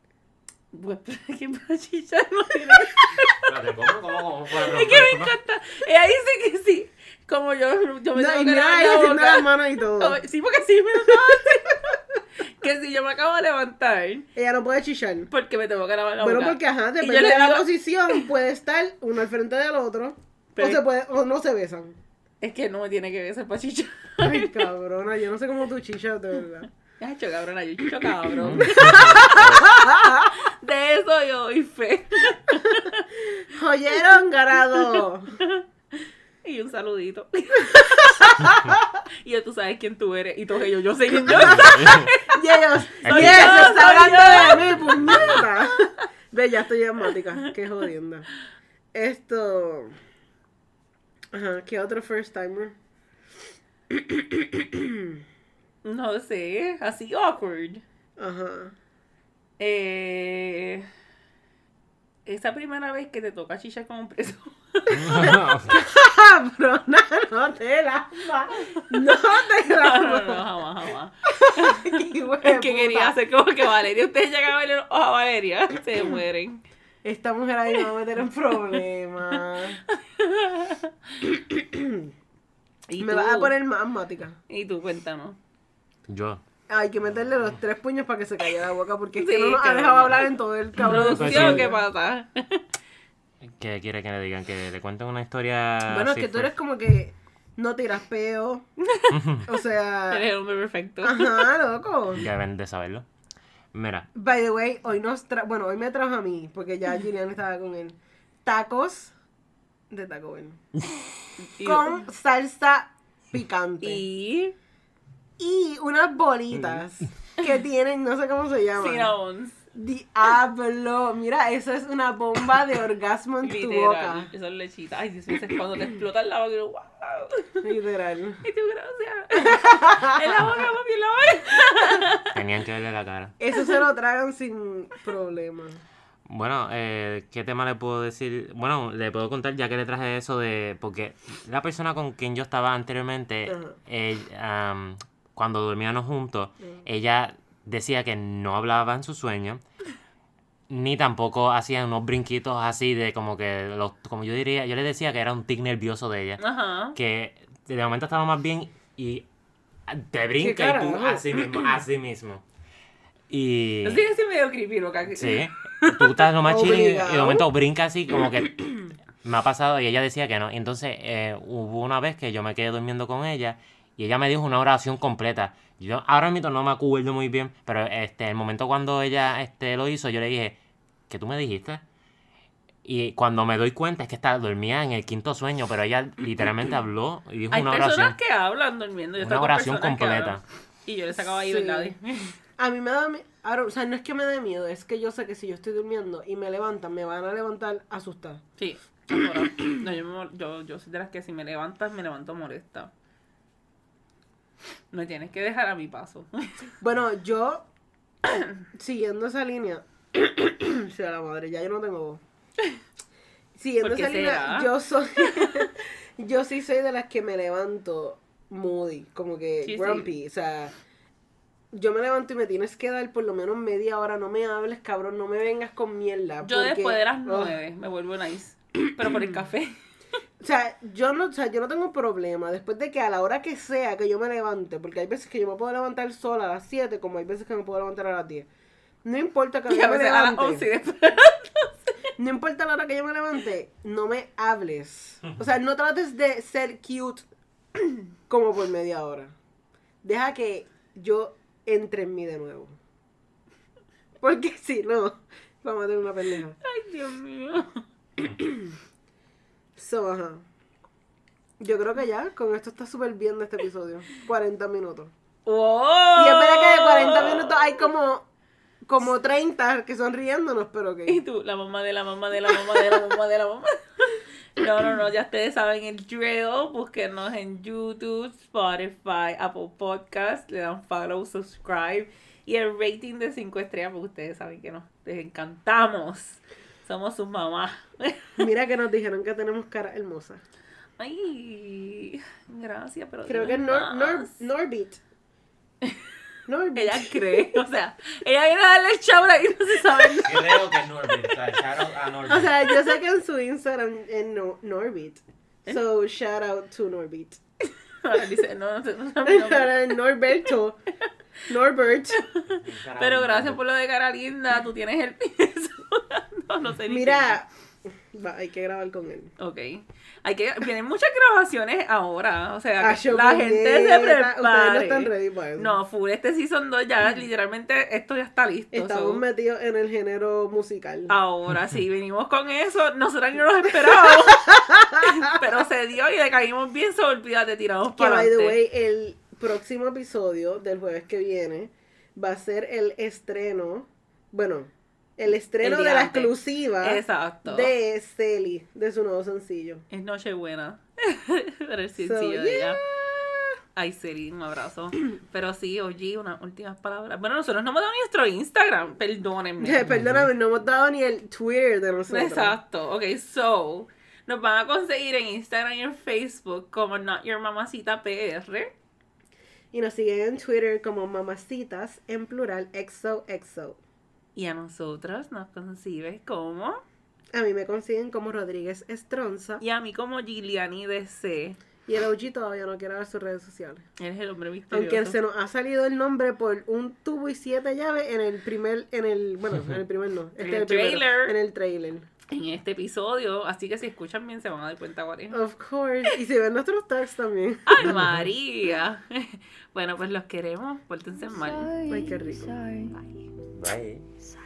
B: Pues, ¿Quién va a chichar? No tiene que-
A: Espérate, ¿cómo? ¿Cómo? ¿Cómo? ¿Cómo?
B: Es que me encanta. Ella dice que sí. Como yo, yo me
D: No,
B: tengo
D: y
B: que
D: mira,
B: lavar
D: ahí
B: la
D: haciendo
B: boca.
D: las manos y todo.
B: Oh, Sí, porque sí me lo acabo de hacer. Que si yo me acabo de levantar,
D: Ella no puede chichar.
B: porque me tengo que lavar la
D: Bueno,
B: boca.
D: porque ajá,
B: Y yo
D: depende
B: le
D: de la
B: digo-
D: posición, puede estar uno al frente del otro.
B: Pero-
D: O, se puede, o no se besan.
B: Es que no me tiene que besar para chichar.
D: Ay, cabrona, yo no sé cómo tú chichas, de verdad.
B: Cacho, cabrona, yo chicho cabrón. De eso yo doy fe.
D: ¡Oyeron, garado!
B: Y un saludito. y ya tú sabes quién tú eres. Y todos ellos, yo sé quién yo
D: Y ellos,
A: Soy
D: "Yes,
B: yo,
D: está
B: soy
D: hablando de mí, puñeta! Ve, ya estoy asmática, qué jodienda. Esto... Ajá, ¿qué otro first timer?
B: No sé, así awkward.
D: Ajá.
B: Eh, esa primera vez que te toca chichar con un preso.
D: ¡Cabrona, no te lasma! ¡No te
B: No, no,
D: lasma!
B: no, jamás, jamás.
D: ¡Qué
B: Es que quería hacer como que Valeria. Ustedes llegan a ver los ojos a Valeria. Se mueren.
D: Esta mujer ahí me va a meter en problemas.
B: ¿Y
D: Me
B: tú?
D: vas a poner más asmática.
B: Y tú, cuéntanos.
A: Yo.
D: Hay que meterle los tres puños para que se calle la boca porque es que
B: Sí,
D: no nos ha
B: cabrón.
D: dejado hablar en todo el cabrón.
A: Pues
B: Producción,
A: sí.
B: ¿qué pasa?
A: ¿Qué quiere que le digan? Que le cuenten una historia.
D: Bueno, es
A: así
D: que tú
A: full?
D: eres como que no tiras peo. O sea,
B: Eres el hombre perfecto.
D: ajá, loco.
A: Ya deben de saberlo. Mira,
D: By the way, hoy nos tra bueno, hoy me trajo a mí porque ya Gillian estaba con él. Tacos de Taco Bell
B: Y-
D: con salsa picante y,
B: Y.
D: unas bolitas
B: Mm.
D: que tienen, no sé cómo se llaman.
B: Cinnabons.
D: Diablo, mira, eso es una bomba de orgasmo en tu
B: Literal.
D: boca.
B: Esas lechitas. Ay, Dios mío, es cuando te explota el lado. Wow.
D: Literal.
B: Y tú, gracias. En la boca, papi, en la boca.
A: tenían que verle la cara.
D: Eso se lo tragan sin problema.
A: Bueno, eh, ¿qué tema le puedo decir? Bueno, le puedo contar ya que le traje eso de... Porque la persona con quien yo estaba anteriormente,
D: Ajá.
A: eh, am, cuando dormíamos juntos, ella decía que no hablaba en su sueño, ni tampoco hacía unos brinquitos así de como que, los, como yo diría, yo le decía que era un tic nervioso de ella,
B: Ajá.
A: que de momento estaba más bien y te brinca y tú
D: carajo?
A: así mismo, así mismo. Y...
B: Así que sí, medio creepy, loca.
A: Sí. Tú estás lo más chilling y de
D: Obligado.
A: momento brinca así como que me ha pasado y ella decía que no. Y entonces eh, hubo una vez que yo me quedé durmiendo con ella y ella me dijo una oración completa. Yo ahora mismo no me acuerdo muy bien, pero este el momento cuando ella este lo hizo yo le dije, ¿qué tú me dijiste? Y cuando me doy cuenta es que estaba dormía en el quinto sueño, pero ella literalmente habló y dijo
B: Hay
A: una
B: personas
A: oración.
B: que hablan durmiendo. Yo
A: Una
B: estaba con
A: oración
B: personas que
A: completa.
B: hablan. Y yo le sacaba ahí,
D: Sí.
B: ¿verdad?
D: A mí me da mi- ahora, O sea, no es que me dé miedo, es que yo sé que si yo estoy durmiendo y me levantan, me van a levantar asustada.
B: Sí. ahora, No, yo, me mol- yo, yo soy de las que si me levantas, me levanto molesta. Me tienes que dejar a mi paso.
D: Bueno, yo, siguiendo esa línea, sea la madre, ya yo no tengo voz. Siguiendo
B: ¿Por qué
D: esa línea,
B: será?
D: yo soy, yo sí soy de las que me levanto moody, como que
B: Sí, sí.
D: grumpy, o sea, yo me levanto y me tienes que dar por lo menos media hora, no me hables, cabrón, no me vengas con mierda.
B: Yo
D: porque- Ah.
B: después de las
D: Ugh.
B: nueve me vuelvo nice. Pero por el café.
D: O sea, yo no, o sea, yo no tengo problema después de que a la hora que sea que yo me levante, porque hay veces que yo me puedo levantar sola a las 7, como hay veces que me puedo levantar a las 10. No importa que
B: Y a
D: yo me
B: veces a las once y
D: levante.
B: después.
D: No importa la hora que yo me levante, no me hables. O sea, no trates de ser cute como por media hora. Deja que yo entre en mí de nuevo. Porque si no, vamos a tener una pendeja.
B: Ay, Dios mío.
D: So, ajá. Yo creo que ya, con esto está súper bien de este episodio. 40 minutos.
B: ¡Wow!
D: Y es verdad que de
B: Oh.
D: 40 minutos hay como, como 30 que son riéndonos, pero
B: Y
D: que...
B: tú, la mamá de la mamá de la mamá de la mamá de la mamá. No, no, no, ya ustedes saben el drill. Búsquenos en YouTube, Spotify, Apple Podcast. Le dan follow, subscribe. Y el rating de 5 estrellas, porque ustedes saben que nos les encantamos. Somos sus mamás.
D: Mira que nos dijeron que tenemos cara hermosa.
B: Ay, gracias, pero.
D: Creo que es
B: dime
D: Nor, Nor-
B: más.
D: Norbit. Norbit.
B: Ella cree, o sea, ella viene a darle el chabra y no se sabe nada.
A: Creo que es Norbit. O sea, shout out a Norbit.
D: O sea, yo sé que en su Instagram en no, Norbit.
B: ¿Eh?
D: So, shout out to Norbit.
B: Ahora Dice, no, no, sé, no, no, no, no.
D: Ahora, Norberto. Norbert.
B: Pero gracias por lo de cara linda, tú tienes el piso. No, no sé ni
D: Mira, va, hay que grabar con él.
B: qué. Ok. Hay que, vienen muchas grabaciones ahora, o sea, Ah, que
D: Acho,
B: la gente se
D: puñeta, Ah, Ustedes no
B: prepare.
D: están ready pues. para eso.
B: No, full este season 2 ya literalmente esto ya está listo.
D: Estamos
B: so,
D: metidos en el género musical.
B: Ah, Ahora sí, venimos con eso. Nosotras ni nos esperábamos. pero se dio y le caímos bien, so olvídate, tiramos
D: que,
B: para
D: by the
B: adelante.
D: way, el próximo episodio del jueves que viene va a ser el estreno. Bueno, el estreno
B: El día
D: de la
B: antes.
D: exclusiva
B: Exacto.
D: de Celi, de su nuevo sencillo.
B: Es Nochebuena. Pero el sencillo de
D: yeah.
B: ella. Ay, Celine, un abrazo. Pero sí, oye, unas últimas palabras. Bueno, nosotros no hemos dado nuestro Instagram, perdónenme.
D: Perdóname, no hemos dado ni el Twitter de nosotros.
B: Mm. Exacto. Ok, so. Nos van a conseguir en Instagram y en Facebook como Not Your Mamacita PR.
D: Y nos siguen en Twitter como mamacitas en plural exo.
B: Y a nosotras nos consigues como.
D: A mí me consiguen como Rodríguez Estronza.
B: Y a mí como Gigliani DC.
D: Y el OG todavía no quiere dar sus redes sociales.
B: Eres el hombre misterioso.
D: Aunque se nos ha salido el nombre por un tubo y siete llaves en el primer, en el, bueno, en el primer no.
B: En
D: este
B: el
D: es primero,
B: trailer.
D: en el trailer.
B: En este episodio. Así que si escuchan bien se van a dar cuenta cuál es.
D: Of course. Y si ven nuestros tags también.
B: ¡Ay, María! bueno, pues los queremos. Pórtense mal.
D: Ay, qué rico.
E: Sorry.
A: Bye.
E: Sorry.